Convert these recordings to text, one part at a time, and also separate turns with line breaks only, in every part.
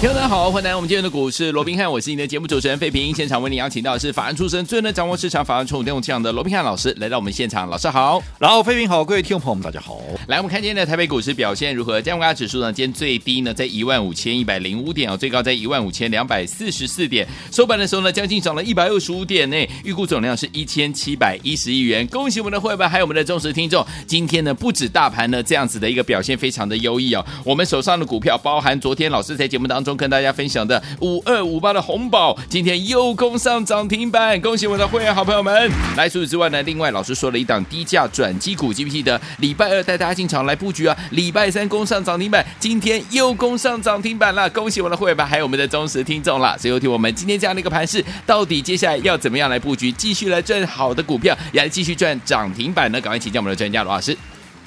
听众大家好，欢迎来到我们今天的股市罗宾汉，我是你的节目主持人费平。现场为你邀请到的是法案出身、最能掌握市场、法案冲动向的罗宾汉老师来到我们现场，老师好。
然后，飞平好，各位听众朋友们，大家好。
来，我们看今天的台北股市表现如何？加权指数呢，今天最低呢在一万五千一百零五点哦，最高在一万五千两百四十四点，收盘的时候呢，将近涨了一百二十五点呢，预估总量是一千七百一十亿元。恭喜我们的会员，还有我们的忠实听众，今天呢不止大盘呢这样子的一个表现非常的优异哦，我们手上的股票包含昨天老师在节目当中跟大家分享的五二五八的红宝，今天又攻上涨停板，恭喜我们的会员好朋友们。来，除此之外呢，另外老师说了一档低价转机股，记不记得礼拜二带大家进场来布局啊？礼拜三攻上涨停板，今天又攻上涨停板了，恭喜我们的会员们，还有我们的忠实听众啦。所以，有听我们今天这样的一个盘势，到底接下来要怎么样来布局，继续来赚好的股票，也来继续赚涨停板呢？赶快请教我们的专家罗老师。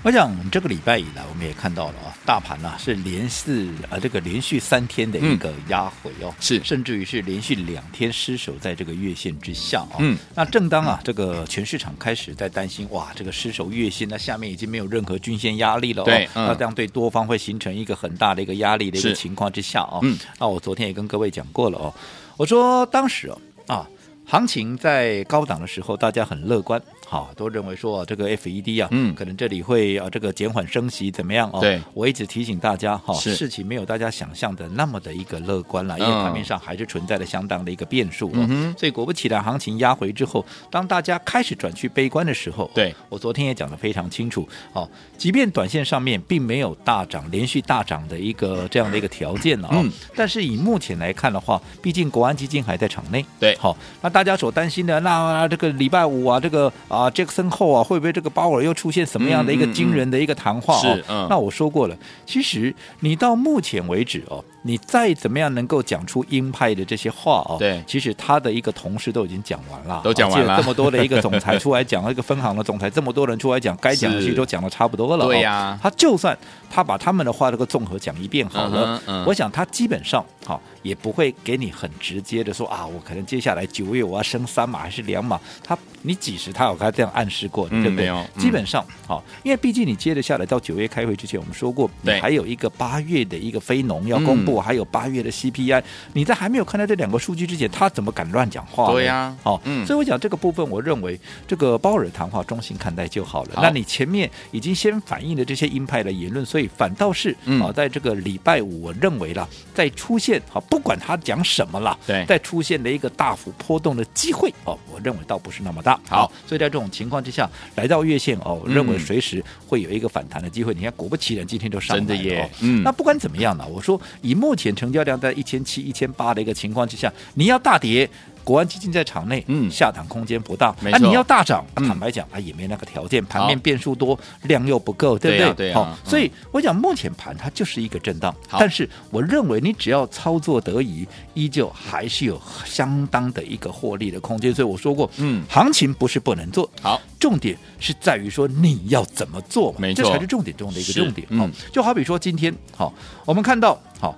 我想我们这个礼拜以来，我们也看到了啊，大盘呢、是连四呃这个连续三天的一个压回哦，
嗯是
甚至于是连续两天失守在这个月线之下哦。
嗯，
那正当啊这个全市场开始在担心哇这个失守月线，那下面已经没有任何均线压力了哦，
对嗯
那这样对多方会形成一个很大的一个压力的一个
是
情况之下哦，
嗯，
那我昨天也跟各位讲过了哦，我说当时哦啊，行情在高档的时候，大家很乐观，好，都认为说、啊、这个 FED 啊，
嗯
可能这里会啊这个减缓升息怎么样哦？
对，
我一直提醒大家哈、
是
事情没有大家想象的那么的一个乐观了，因为
嗯
盘面上还是存在着相当的一个变数、哦
嗯哼
所以果不其然，行情压回之后，当大家开始转趋悲观的时候，
对
我昨天也讲得非常清楚，哦，即便短线上面并没有大涨、连续大涨的一个这样的一个条件了、哦，
嗯
但是以目前来看的话，毕竟国安基金还在场内，
对
好、那大家所担心的，那、那这个礼拜五啊，这个啊杰克森后啊，会不会这个鲍尔又出现什么样的一个
嗯嗯
惊人的一个谈话、哦
是嗯
那我说过了，其实你到目前为止哦，你再怎么样能够讲出鹰派的这些话哦，
对
其实他的一个同事都已经讲完了，
都讲完了
啊这么多的一个总裁出来讲，一个分行的总裁，这么多人出来讲，该讲的
是
其实都讲的差不多了、哦，
对呀
他就算他把他们的话这个综合讲一遍好了，
嗯哼嗯
我想他基本上好、也不会给你很直接的说啊，我可能接下来九月我要升三码还是两码，他你几时他有跟他这样暗示过的，
嗯
对不对？
没有嗯
基本上好、因为毕竟你接着下来到九月开会之前，我们说过，你
对嗯
还有一个八月的一个非农要公布，还有八月的 CPI，你在还没有看到这两个数据之前，他怎么敢乱讲话呢？
对呀
好、
嗯
所以我讲这个部分，我认为这个鲍尔谈话中性看待就好了。
好
那你前面已经先反映了这些鹰派的言论，所以反倒是啊、
嗯
在这个礼拜五，我认为啦，在出现啊、不管他讲什么啦，
对
在出现了一个大幅波动的机会哦，我认为倒不是那么大。
好
啊所以在这种情况之下，来到月线哦，我认为
嗯
随时会有一个反弹的机会。你看，果不其然，今天就上来
真
了、
的
哦。
耶嗯
那不管怎么样呢，我说以目前成交量在一千七、一千八的一个情况之下，你要大跌。国安基金在场内，
嗯
下档空间不大。
没
啊，
错
你要大涨，
嗯
坦白讲，它啊也没那个条件，盘
好
面变数多，量又不够，对不
对呀
对？
对呀
好、
嗯
所以我讲目前盘它就是一个震荡，
好
但是我认为你只要操作得宜，依旧还是有相当的一个获利的空间。所以我说过，
嗯
行情不是不能做，
好，
重点是在于说你要怎么做嘛，
没
这
错
才是重点中的一个
是
重点。
嗯
好就好比说今天，好，我们看到，好。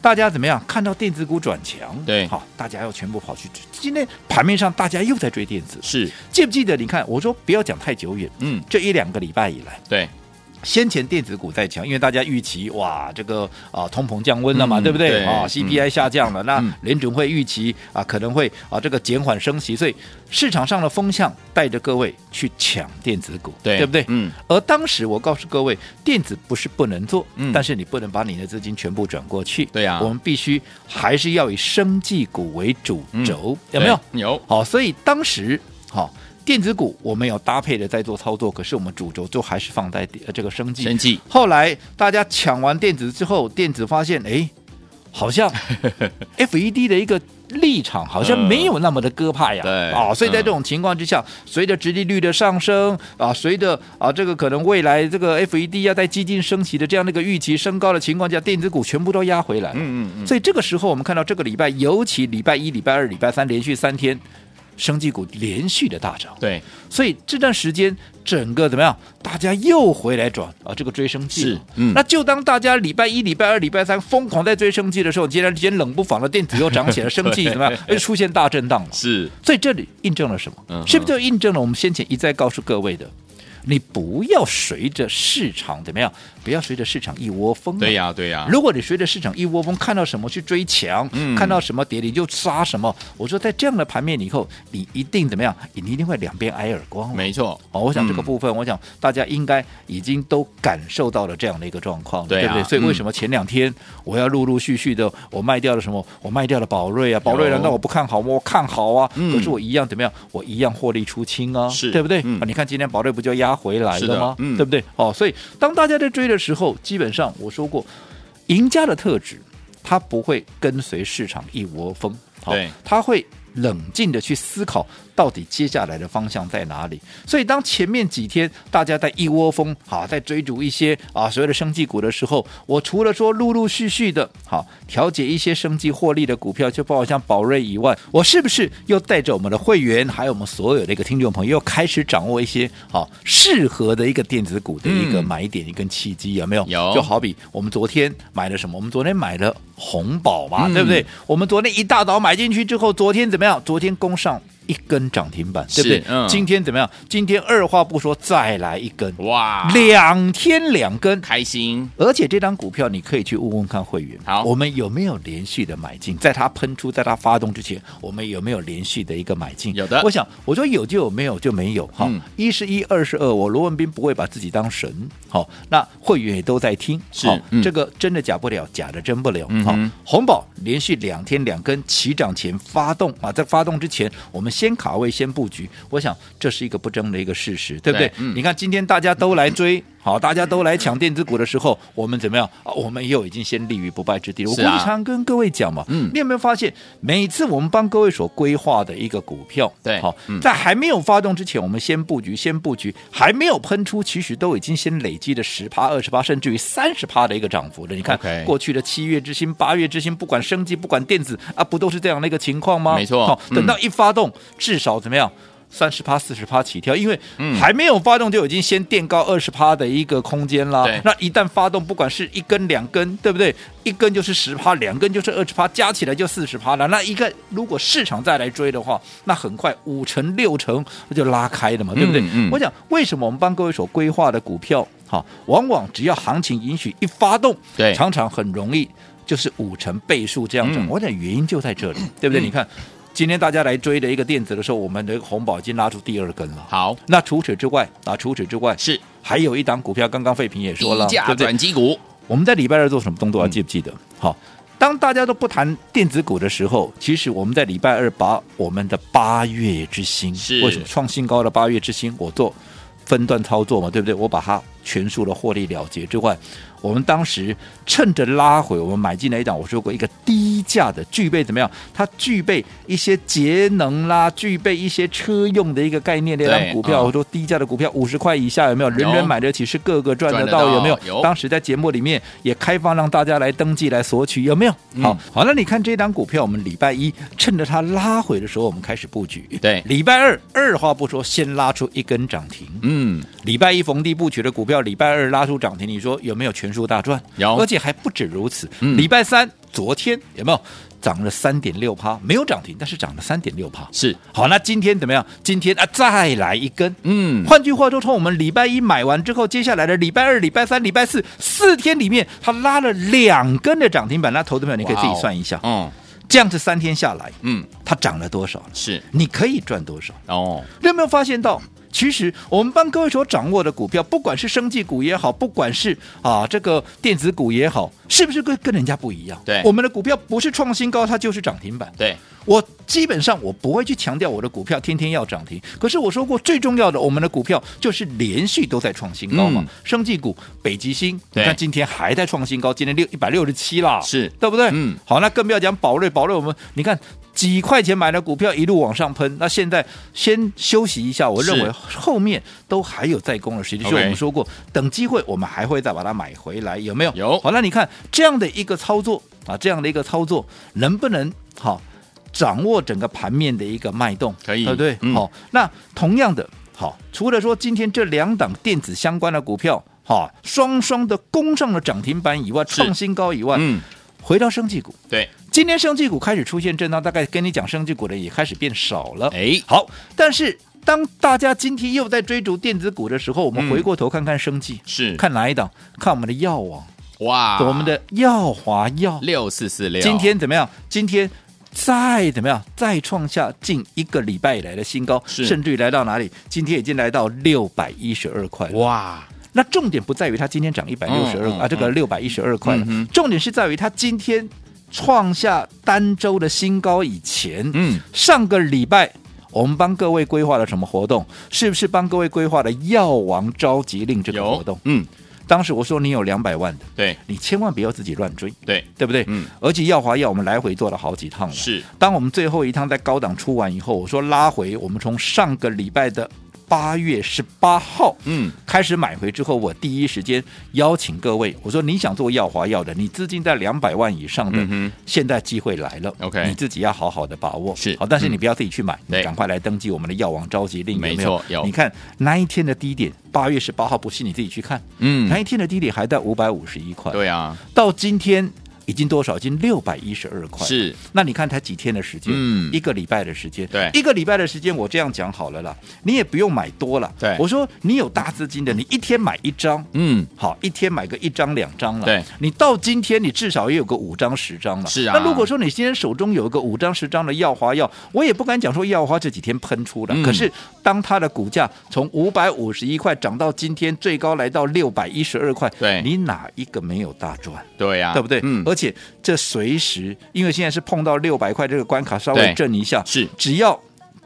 大家怎么样？看到电子股转强，
对
好，大家要全部跑去追。今天盘面上大家又在追电子，
是，
记不记得？你看，我说不要讲太久远，
嗯，
这一两个礼拜以来，
对，
先前电子股在强，因为大家预期哇，这个啊、通膨降温了嘛，
嗯
对不对
对
啊、
嗯
c p i 下降了，
嗯
那联准会预期啊可能会啊这个减缓升息，所以市场上的风向带着各位去抢电子股，
对
不对？
嗯。
而当时我告诉各位，电子不是不能做，
嗯
但是你不能把你的资金全部转过去，
对啊
我们必须还是要以生技股为主轴，有没有？
嗯对？有，
好，所以当时好、电子股我们有搭配的在做操作，可是我们主轴就还是放在呃这个生技。
生技
后来大家抢完电子之后，电子发现哎，好 像 FED 的一个立场好像没有那么的鸽派呀、
对
啊，所以在
嗯
这种情况之下，随着殖利率的上升啊，随着啊这个可能未来这个 FED 啊要在激进升息的这样的一个预期升高的情况下，电子股全部都压回来了。
嗯嗯嗯，
所以这个时候，我们看到这个礼拜，尤其礼拜一、礼拜二、礼拜三连续三天，生技股连续的大涨。
对，
所以这段时间整个怎么样？大家又回来转啊，这个追升绩
是嗯
那就当大家礼拜一、礼拜二、礼拜三疯狂在追升绩的时候，今天今天冷不防的电子又涨起来，升 绩怎么样？又哎出现大震荡了。
是
所以这里印证了什么？
嗯哼
是不是就印证了我们先前一再告诉各位的？你不要随着市场怎么样？不要随着市场一窝蜂、啊
对、呀，对呀，
如果你随着市场一窝蜂，看到什么去追强，
嗯
看到什么跌你就杀什么。我说在这样的盘面以后，你一定怎么样？你一定会两边挨耳光了。
没错。
哦，我想这个
嗯
部分，我想大家应该已经都感受到了这样的一个状况了，
对啊
不对？所以
嗯
为什么前两天我要陆陆续续的，我卖掉了什么？我卖掉了宝瑞啊，宝瑞难道我不看好吗？我看好啊，
嗯
可是我一样怎么样？我一样获利出清啊，
是
对不对？
嗯
啊，你看今天宝瑞不就压回来
是的
了吗？
嗯
对不对？哦，所以当大家在追的时候，基本上我说过，赢家的特质，他不会跟随市场一窝蜂，好
对
他会冷静的去思考到底接下来的方向在哪里。所以当前面几天大家在一窝蜂啊，在追逐一些啊所谓的生技股的时候，我除了说陆陆续续的好调节一些生技获利的股票，就包括像宝瑞以外，我是不是又带着我们的会员还有我们所有的一个听众朋友，又开始掌握一些好适合的一个电子股的一个
嗯
买点、一个契机？有没有？
有
就好比我们昨天买了什么？我们昨天买了红宝嘛，
嗯
对不对？我们昨天一大早买进去之后，昨天怎么样？昨天攻上一根涨停板，对不对
是？嗯
今天怎么样？今天二话不说再来一根，
哇，
两天两根。
开心，
而且这张股票你可以去问问看会员，
好
我们有没有连续的买进？在它喷出、在它发动之前，我们有没有连续的一个买进？
有的
我想我说有就有，没有就没有。哈、
嗯
一是一，二是二，我罗文斌不会把自己当神。好、那会员也都在听，
是
好
嗯
这个真的假不了，假的真不了。
嗯
好、
哼
红宝连续两天两根起涨前发动啊，在发动之前，我们先卡位先布局，我想这是一个不争的一个事实，对不对？
对嗯
你看今天大家都来追。好，大家都来抢电子股的时候，我们怎么样啊？我们又已经先立于不败之地了。我
是
估
啊
计常跟各位讲嘛，
嗯
你有没有发现，每次我们帮各位所规划的一个股票，
对
好
嗯，
在还没有发动之前，我们先布局，先布局，还没有喷出，其实都已经先累积了十趴、二十趴，甚至于三十趴的一个涨幅了。你看
OK
过去的七月之星、八月之星，不管升级，不管电子啊，不都是这样的一个情况吗？
没错
好，
嗯
等到一发动，至少怎么样？三十趴、四十趴起跳，因为
嗯
还没有发动就已经先垫高二十趴的一个空间啦
对。
那一旦发动，不管是一根、两根，对不对？一根就是十趴，两根就是二十趴，加起来就四十趴了。那一个如果市场再来追的话，那很快五成、六成就拉开了嘛，对不对？
嗯
我讲为什么我们帮各位所规划的股票，好，往往只要行情允许一发动，
对
常常很容易就是五成倍数这样涨。
嗯
我讲原因就在 这里，对不对？你看。今天大家来追的一个电子的时候，我们的红宝已经拉出第二根了。
好，
那除此之外啊，除此之外
是
还有一档股票，刚刚费平也说了，
低
对
价
不对？
转机股，
我们在礼拜二做什么动作啊？记不记得？好，当大家都不谈电子股的时候，其实我们在礼拜二把我们的八月之星，
是
为什么创新高的八月之星，我做分段操作嘛，对不对？我把它全数的获利了结之外，我们当时趁着拉回，我们买进了一档，我说过一个低价的，具备怎么样？它具备一些节能啦，具备一些车用的一个概念的一
对
档股票。
嗯
我说低价的股票五十块以下有没有？人
有
人买得起，是个个赚
赚得
得到，
到
有没有？
有
当时在节目里面也开放让大家来登记来索取，有没有？
嗯
好好，那你看这档股票，我们礼拜一趁着它拉回的时候，我们开始布局。
对
礼拜二二话不说，先拉出一根涨停。
嗯，
礼拜一逢低布局的股票，礼拜二拉出涨停，你说有没有全数大赚？
有
而且还不止如此。
嗯
礼拜三昨天有没有涨了三点六趴？没有涨停，但是涨了三点六趴。
是，
好，那今天怎么样？今天啊，再来一根。
嗯，
换句话说，从我们礼拜一买完之后，接下来的礼拜二、礼拜三、礼拜四四天里面，它拉了两根的涨停板。那投资朋友，你可以自己算一下，
嗯
这样子三天下来，
嗯，
它涨了多少呢？
是，
你可以赚多少？
哦，
你有没有发现到？其实我们帮各位所掌握的股票，不管是生技股也好，不管是啊这个电子股也好，是不是跟跟人家不一样？
对
我们的股票不是创新高，它就是涨停板。
对，
我基本上我不会去强调我的股票天天要涨停，可是我说过最重要的，我们的股票就是连续都在创新高嘛。
嗯
生技股北极星，
对
你看今天还在创新高，今天六一百六十七啦，
是
对不对？
嗯，
好，那更不要讲宝瑞，宝瑞我们你看几块钱买的股票一路往上喷，那现在先休息一下，我认
是
为后面都还有再攻的时机，就
OK
是我们说过，等机会我们还会再把它买回来，有没有？
有
好，那你看这样的一个操作啊，这样的一个操作能不能好？掌握整个盘面的一个脉动，
可以
对不对？好、
嗯
那同样的，好、除了说今天这两档电子相关的股票，好、双双的攻上了涨停板以外，创新高以外，
嗯，
回到生技股，
对，
今天生技股开始出现震荡，大概跟你讲生技股的也开始变少了。
哎，
好，但是当大家今天又在追逐电子股的时候，我
嗯
们回过头看看生技，
是
看哪一档？看我们的药王，
哇，
我们的耀华药，
六四四六，
今天怎么样？今天。再怎么样，再创下近一个礼拜以来的新高，
是
甚至于来到哪里？今天已经来到六百一十二块了。
哇，
那重点不在于它今天涨一百六十二
嗯
啊，这个六百一十二块了
嗯哼
重点是在于它今天创下单周的新高以前，
嗯，
上个礼拜。我们帮各位规划了什么活动？是不是帮各位规划了药王召集令这个活
有
动，？
嗯，
当时我说你有两百万的，
对
你千万不要自己乱追，
对，
对不对？
嗯
而且耀华药我们来回做了好几趟了。
是，
当我们最后一趟在高档出完以后，我说拉回，我们从上个礼拜的八月十八号，
嗯，
开始买回之后，我第一时间邀请各位，我说你想做耀华药的，你资金在两百万以上的，
嗯哼
现在机会来了
OK
你自己要好好的把握。
是
好，但是
嗯
你不要自己去买，
对
你赶快来登记我们的药王召集令，有
没
没
错
有？
有
你看那一天的低点，八月十八号，不信你自己去看，
嗯
那一天的低点还在五百五十一块，
对啊，
到今天已经多少？已经六百一十二块，
是
那你看才几天的时间，
嗯
一个礼拜的时间，
对
一个礼拜的时间，我这样讲好了啦，你也不用买多了，
对
我说你有大资金的，你一天买一张。
嗯，
好，一天买个一张两张了。
对，
你到今天你至少也有个五张十张了。
是啊
那如果说你今天手中有一个五张十张的耀华药，我也不敢讲说耀华这几天喷出了，
嗯
可是当它的股价从五百五十一块涨到今天最高来到六百一十二块，
对
你哪一个没有大赚？
对啊，
对不对？呃
嗯，
而且这随时，因为现在是碰到六百块这个关卡，稍
对
微震一下，
是
只要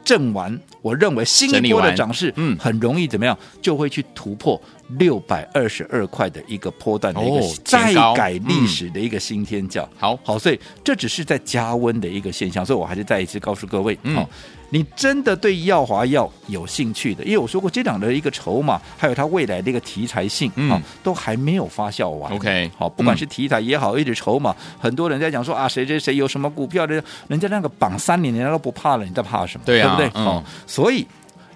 震完，我认为新
整
一
理
波
完
的涨势，
嗯
很容易怎么样，就会去突破六百二十二块的一个波段的一个、
哦
再
前高
改历史的一个新天价。
好，
好，所以这只是在加温的一个现象，所以我还是再一次告诉各位，
嗯
好、你真的对耀华药有兴趣的，因为我说过这档的一个筹码，还有它未来的一个题材性，
嗯
好都还没有发酵完。
OK，
好，不管
嗯
是题材也好，一直筹码，很多人在讲说啊，谁谁谁有什么股票的，人家那个榜三年人家都不怕了，你在怕什么？
对啊
不对？
嗯
好，所以。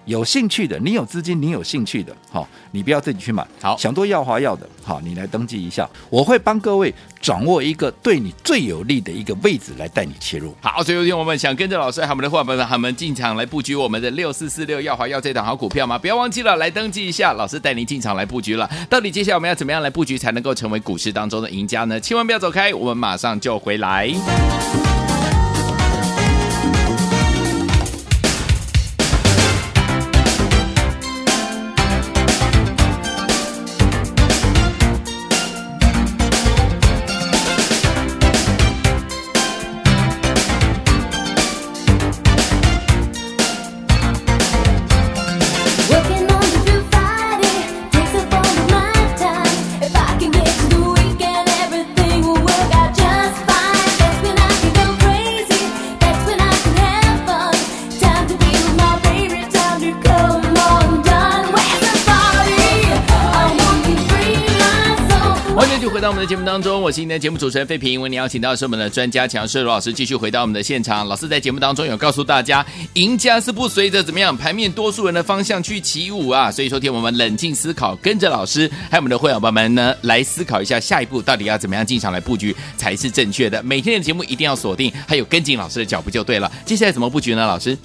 有兴趣的，你有资金，你有兴趣的，好，你不要自己去买。
好
想做耀华药的，好，你来登记一下，我会帮各位掌握一个对你最有利的一个位置来带你切入。
好，所以有天我们想跟着老师和我们的伙伴们，他们进场来布局我们的六四四六耀华耀这档好股票吗？不要忘记了来登记一下，老师带您进场来布局了。到底接下来我们要怎么样来布局才能够成为股市当中的赢家呢？千万不要走开，我们马上就回来。
Working on the through Friday takes up all of my time. If I can get to the weekend, everything will work out just fine. That's when I can go crazy. That's when I can have fun. Time to be with my baby. Time to come undone. Where's the party? I want to free my soul.
欢迎继续回到我们的节目当中，我是今天的节目主持人费平。为您邀请到的是我们的专家强势罗老师，继续回到我们的现场。老师在节目当中有告诉大家，赢家是不随着怎么样盘面多数人的方向去起舞啊。所以说，听我们冷静思考，跟着老师还有我们的会员朋友们呢，来思考一下下一步到底要怎么样进场来布局才是正确的。每天的节目一定要锁定，还有跟紧老师的脚步就对了。接下来怎么布局呢？老师，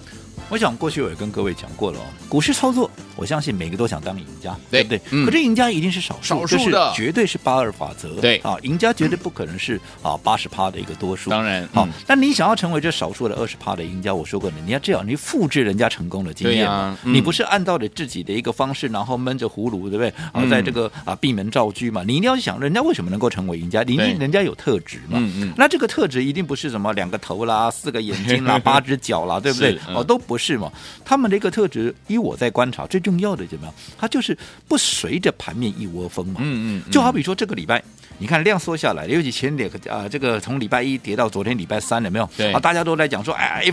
我想过去我也跟各位讲过了、哦，股市操作，我相信每个都想当赢家，
对
不对？
嗯
可是赢家一定是少
少
数，
数的
这是绝对是八二法则，
对
啊，赢家绝对不可能是啊八十趴的一个多数，
当然
好、
嗯
但你想要成为这少数的二十趴的赢家，我说过了，你要至少你复制人家成功的经验嘛、
对呀嗯
你不是按照你自己的一个方式，然后闷着葫芦，对不对？啊，
嗯
在这个啊闭门造车嘛，你一定要想人家为什么能够成为赢家，你一
对
定人家有特质嘛，
嗯嗯
那这个特质一定不是什么两个头啦、四个眼睛 啦、八只脚啦，对不对
是？嗯
哦，都不是嘛。他们的一个特质，依我在观察，最重要的怎么样？它就是不随着盘面一窝蜂嘛。
嗯嗯嗯
就好比说这个礼拜，你看量缩下来了，尤其前两个啊、这个从礼拜一跌到昨天礼拜三，有没有？
对
啊，大家都在讲说，哎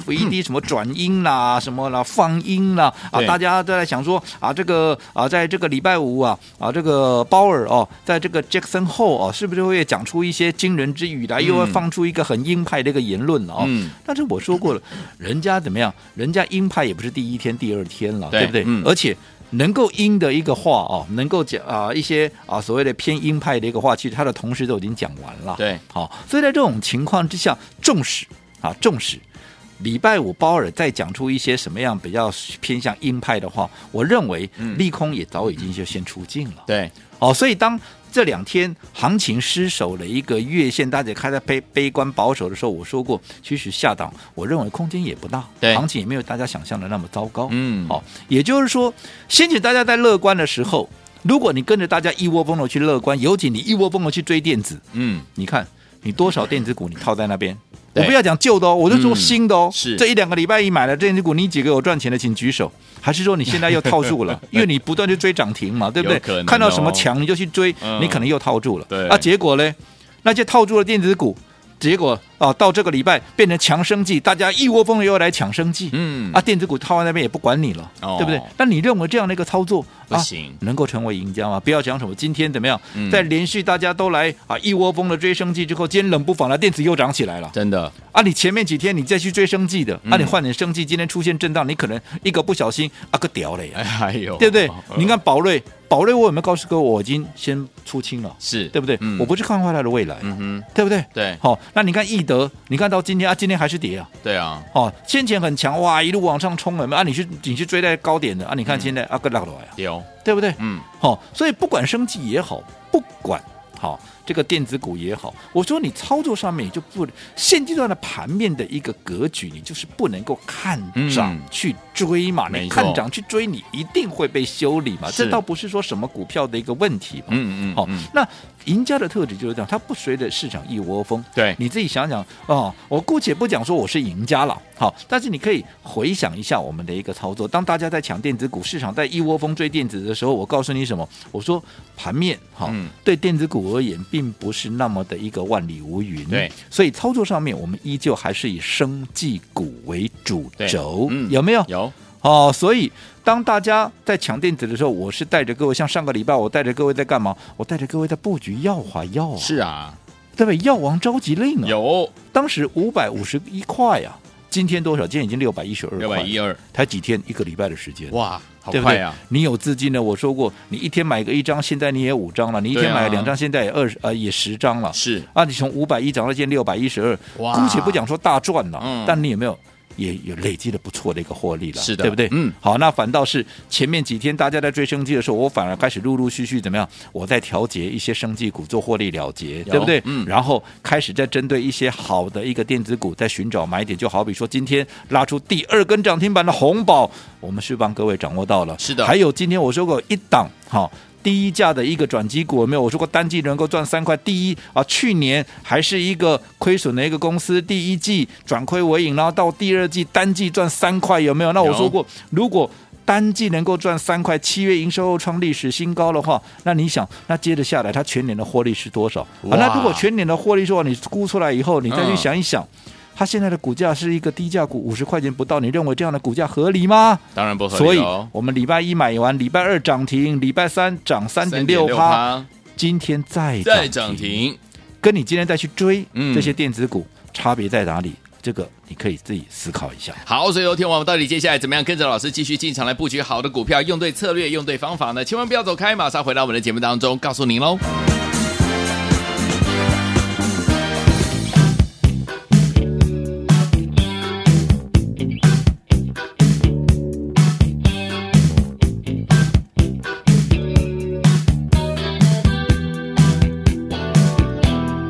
，FED 什么转阴啦，什么啦，放阴啦，啊，
对
大家都在想说啊，这个啊，在这个礼拜五啊，啊，这个鲍尔哦，在这个 Jackson 后哦，是不是会讲出一些惊人之语来，又会
嗯
放出一个很鹰派的一个言论了哦？
嗯
但是我说过了，人家怎么样？人家鹰派也不是第一天、第二天了，
对
对不对？
嗯
而且。能够鹰的一个话哦，能够讲啊、一些啊、所谓的偏鹰派的一个话，其实他的同事都已经讲完了。
对，
好、所以在这种情况之下，重视啊，重视。礼拜五鲍尔再讲出一些什么样比较偏向鹰派的话，我认为
嗯
利空也早已经就先出尽了。
对，
哦，所以当这两天行情失守了一个月线，大家开始悲悲观保守的时候，我说过，其实下档我认为空间也不大，
对
行情也没有大家想象的那么糟糕。
嗯
好、也就是说，先前大家在乐观的时候，如果你跟着大家一窝蜂的去乐观，尤其你一窝蜂的去追电子，
嗯，
你看你多少电子股你套在那边。
对
我不要讲旧的哦，我就说
嗯
新的哦。
是
这一两个礼拜一买了电子股，你几个有赚钱的请举手。还是说你现在又套 住了？因为你不断去追涨停嘛，对不对？
有可能哦
看到什么强你就去追，
嗯
你可能又套住了。
对
啊，结果嘞，那些套住了电子股，结果啊，到这个礼拜变成强生计，大家一窝蜂的又来抢生计。
嗯
啊，电子股套在那边也不管你了，
哦
对不对？那你认为这样的一个操作
不
啊
行
能够成为赢家吗？不要讲什么今天怎么样，
嗯
在连续大家都来啊一窝蜂的追生计之后，今天冷不防了，电子又涨起来了。
真的，
啊，你前面几天你再去追生计的，
嗯
啊，你换点生计，今天出现震荡，你可能一个不小心啊个屌了呀，
哎呦，
对不对
呃？
你看宝瑞，宝瑞我有没有告诉各位我已经先出清了？
是
对不对？
嗯
我不是看坏它的未来，
嗯哼，
对不对？
对
好、那你看易德，你看到今天啊，今天还是跌啊，
对啊，
哦，先前很强哇，一路往上冲了，啊，你去你去追在高点的啊，你看现在、啊个落来啊，
丢，
对不对？
嗯，
好、所以不管生计也好，不管好、这个电子股也好，我说你操作上面你就不现阶段的盘面的一个格局，你就是不能够看涨
嗯
去追嘛，
没
你
错
看涨去追，你一定会被修理嘛，
是
这倒不是说什么股票的一个问题嘛，
嗯嗯，
好、
嗯
那赢家的特质就是这样，他不随着市场一窝蜂。
对
你自己想想哦，我姑且不讲说我是赢家了，好，但是你可以回想一下我们的一个操作。当大家在抢电子股，市场在一窝蜂追电子的时候，我告诉你什么？我说盘面哈、
嗯
对电子股而言，并不是那么的一个万里无云。
对，
所以操作上面，我们依旧还是以生技股为主
对
轴，
嗯
有没有？
有，
哦，所以当大家在抢电子的时候，我是带着各位，像上个礼拜我带着各位在干嘛？我带着各位在布局耀华药啊，
是啊，
对不对？药王召集令啊，
有
当时五百五十一块啊，今天多少？今天已经六百一十二块，
六百一，二，
才几天，一个礼拜的时间。
哇，好
对不对
快啊，？
你有资金的，我说过，你一天买个一张，现在你也五张了；你一
对
天
啊
买两张，现在也二十呃也十张了。
是，
啊，你从五百一涨到现六百一十二，
哇
姑且不讲说大赚了，
嗯
但你有没有？也有累积了不错的一个获利了，
是的
对不对？
嗯，
好，那反倒是前面几天大家在追生计的时候，我反而开始陆陆续续怎么样？我在调节一些生计股做获利了结，
有
对不对？
嗯
然后开始在针对一些好的一个电子股在寻找买点，就好比说今天拉出第二根涨停板的红宝，我们是帮各位掌握到了，
是的
还有今天我说过一档好。第一价的一个转机股有没有？我说过单季能够赚三块。第一啊，去年还是一个亏损的一个公司，第一季转亏为盈，然后到第二季单季赚三块，有没有？那我
有
说过，如果单季能够赚三块，七月营收后创历史新高的话，那你想，那接着下来它全年的获利是多少？
哇
啊，那如果全年的获利说你估出来以后，你再去
嗯
想一想，它现在的股价是一个低价股，五十块钱不到，你认为这样的股价合理吗？
当然不合
所
理
以
哦，
我们礼拜一买完，礼拜二涨停，礼拜三涨三点六趴，
3.6%，
今天再
再涨，停，
跟你今天再去追
嗯
这些电子股，差别在哪里？这个你可以自己思考一下。
好，所以有天王，我们到底接下来怎么样跟着老师继续进场来布局好的股票，用对策略，用对方法呢？千万不要走开，马上回到我们的节目当中，告诉您喽。
I'm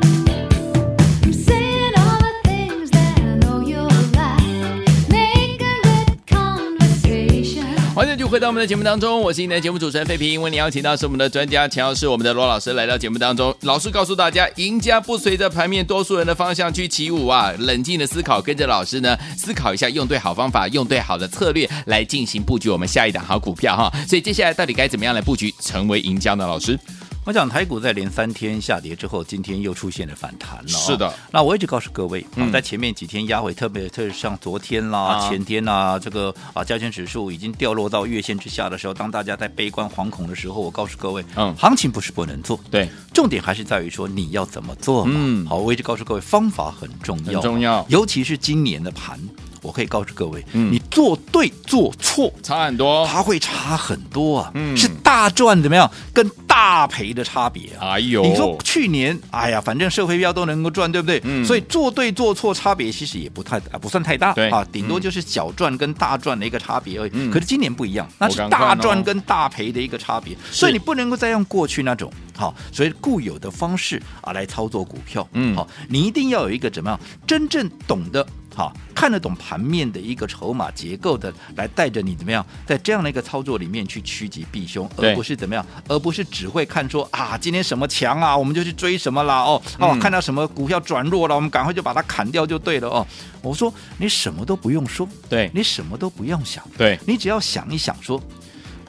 saying all the things that I know you'll like. Making good conversation.
欢迎继续回到我们的节目当中，我是您的节目主持人费平。为您邀请到是我们的专家强老师，我们的罗老师来到节目当中。老师告诉大家，赢家不随着盘面多数人的方向去起舞啊，冷静的思考，跟着老师呢思考一下，用对好方法，用对好的策略来进行布局我们下一档好股票哈。所以接下来到底该怎么样来布局成为赢家呢？老师，
我想台股在连三天下跌之后，今天又出现了反弹了、哦
是的，
那我一直告诉各位，啊
嗯
在前面几天压回，特别特别像昨天啦、
啊
前天啦，这个啊加权指数已经掉落到月线之下的时候，当大家在悲观惶恐的时候，我告诉各位，
嗯
行情不是不能做，
对，
重点还是在于说你要怎么做嘛。
嗯
好，我一直告诉各位，方法很重要，
很重要
尤其是今年的盘，我可以告诉各位，
嗯
你做对做错。
差很多。
它会差很多啊，
嗯
是大赚怎么样跟大赔的差别啊。
哎呦，
你说去年，哎呀，反正社会票都能够赚，对不对？
嗯
所以做对做错差别其实也不太啊，不算太大
对
啊，顶多
嗯
就是小赚跟大赚的一个差别而已。
嗯
可是今年不一样，
我
那是
刚看
大
哦
赚跟大赔的一个差别，所以你不能够再用过去那种好，所以固有的方式啊来操作股票。
嗯
好，你一定要有一个怎么样真正懂得。好，看得懂盘面的一个筹码结构的，来带着你怎么样，在这样的一个操作里面去趋吉避凶，
对
而不是怎么样，而不是只会看说啊，今天什么强啊，我们就去追什么啦哦哦，
嗯
看到什么股票转弱了，我们赶快就把它砍掉就对了哦。我说你什么都不用说，
对
你什么都不用想，
对，
你只要想一想说，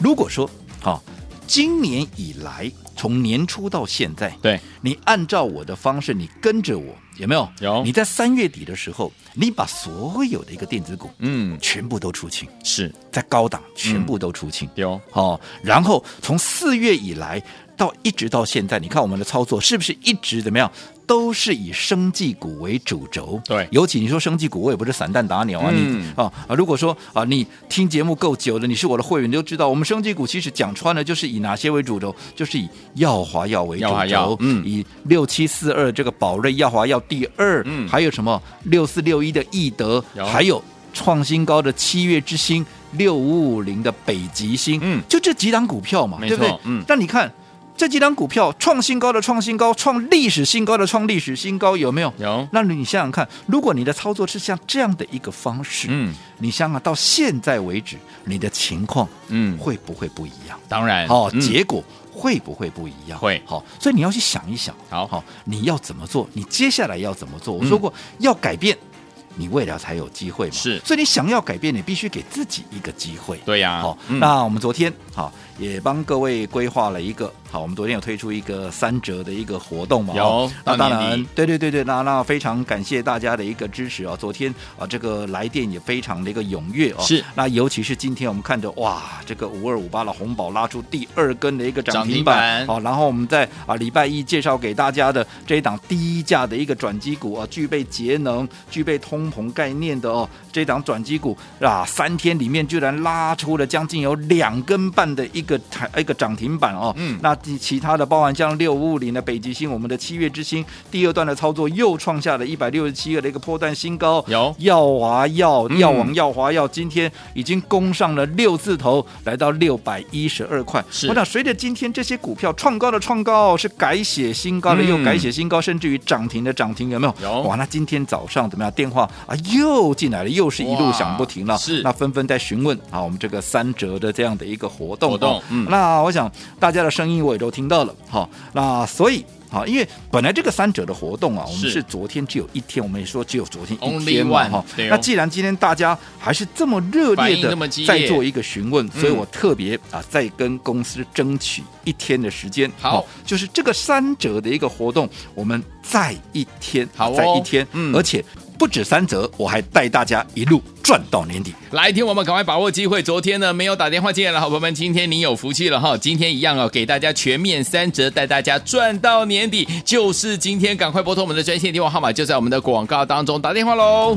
如果说好、今年以来从年初到现在，
对，
你按照我的方式，你跟着我，有没有？
有
你在三月底的时候，你把所有的一个电子股
嗯，
全部都出清，
是嗯
在高档全部都出清。
丢，
哦，然后从四月以来到一直到现在，你看我们的操作是不是一直怎么样？都是以生技股为主轴，
对
尤其你说生技股，我也不是散弹打鸟啊，
嗯
你啊啊，如果说啊，你听节目够久了，你是我的会员，你就知道我们生技股其实讲穿了就是以哪些为主轴，就是以耀华药为主
耀华药
轴，
嗯
以六七四二这个宝瑞耀华药第二，
嗯
还有什么六四六一的易德
有，
还有创新高的七月之星六五五零的北极星，
嗯
就这几档股票嘛，
没
对不对
错？嗯
那你看这几档股票创新高的创新高，创历史新高的创历史新高，有没有？
有，
那你想想看，如果你的操作是像这样的一个方式，
嗯
你想想到现在为止，你的情况
嗯，
会不会不一样？
当然，
哦，
嗯
结果会不会不一样？
会
好，所以你要去想一想，
好
好，你要怎么做？你接下来要怎么
嗯
做？我说过、要改变，你未来才有机会嘛。
是
所以你想要改变，你必须给自己一个机会。
对呀，
啊好，
嗯
那我们昨天好也帮各位规划了一个好，我们昨天有推出一个三折的一个活动嘛，
有
哦那
到
当
年底
然，对对对对，那那非常感谢大家的一个支持啊、昨天啊这个来电也非常的一个踊跃哦，
是，
那尤其是今天我们看着哇，这个五二五八的红宝拉出第二根的一个涨停
涨停板
板，好、然后我们在啊礼拜一介绍给大家的这一档低价的一个转机股啊，具备节能、具备通膨概念的哦，这档转机股啊，三天里面居然拉出了将近有两根半的一个台一个涨停板哦，
嗯
那其其他的包含像六五五零的北极星，我们的七月之星第二段的操作又创下了一百六十七个的一个破断新高，
有
耀华耀
嗯
耀王耀华耀，今天已经攻上了六字头，来到六百一十二块。
是
我想随着今天这些股票创高的创高，是改写新高的
嗯
又改写新高，甚至于涨停的涨停，有没有？
有
哇，那今天早上怎么样？电话啊又进来了，又是一
哇
路响不停了。
是
那纷纷在询问啊，我们这个三折的这样的一个活动。
活动
哦
嗯
那我想大家的声音我也都听到了。好，那所以。好，因为本来这个三折的活动啊，我
是
们是昨天只有一天，我们也说只有昨天
Only
一天嘛
one，
哈
对哦
那既然今天大家还是这么热
反应
烈
这么激
的
烈
在做一个询问，
嗯
所以我特别啊再跟公司争取一天的时间。
好
就是这个三折的一个活动，我们再一天，
好哦
再一天，
嗯
而且不止三折，我还带大家一路赚到年底。
来，听我们赶快把握机会。昨天呢没有打电话进来的好朋友们，今天您有福气了哈！今天一样哦，给大家全面三折，带大家赚到年底，就是今天，赶快拨通我们的专线电话号码，就在我们的广告当中打电话喽。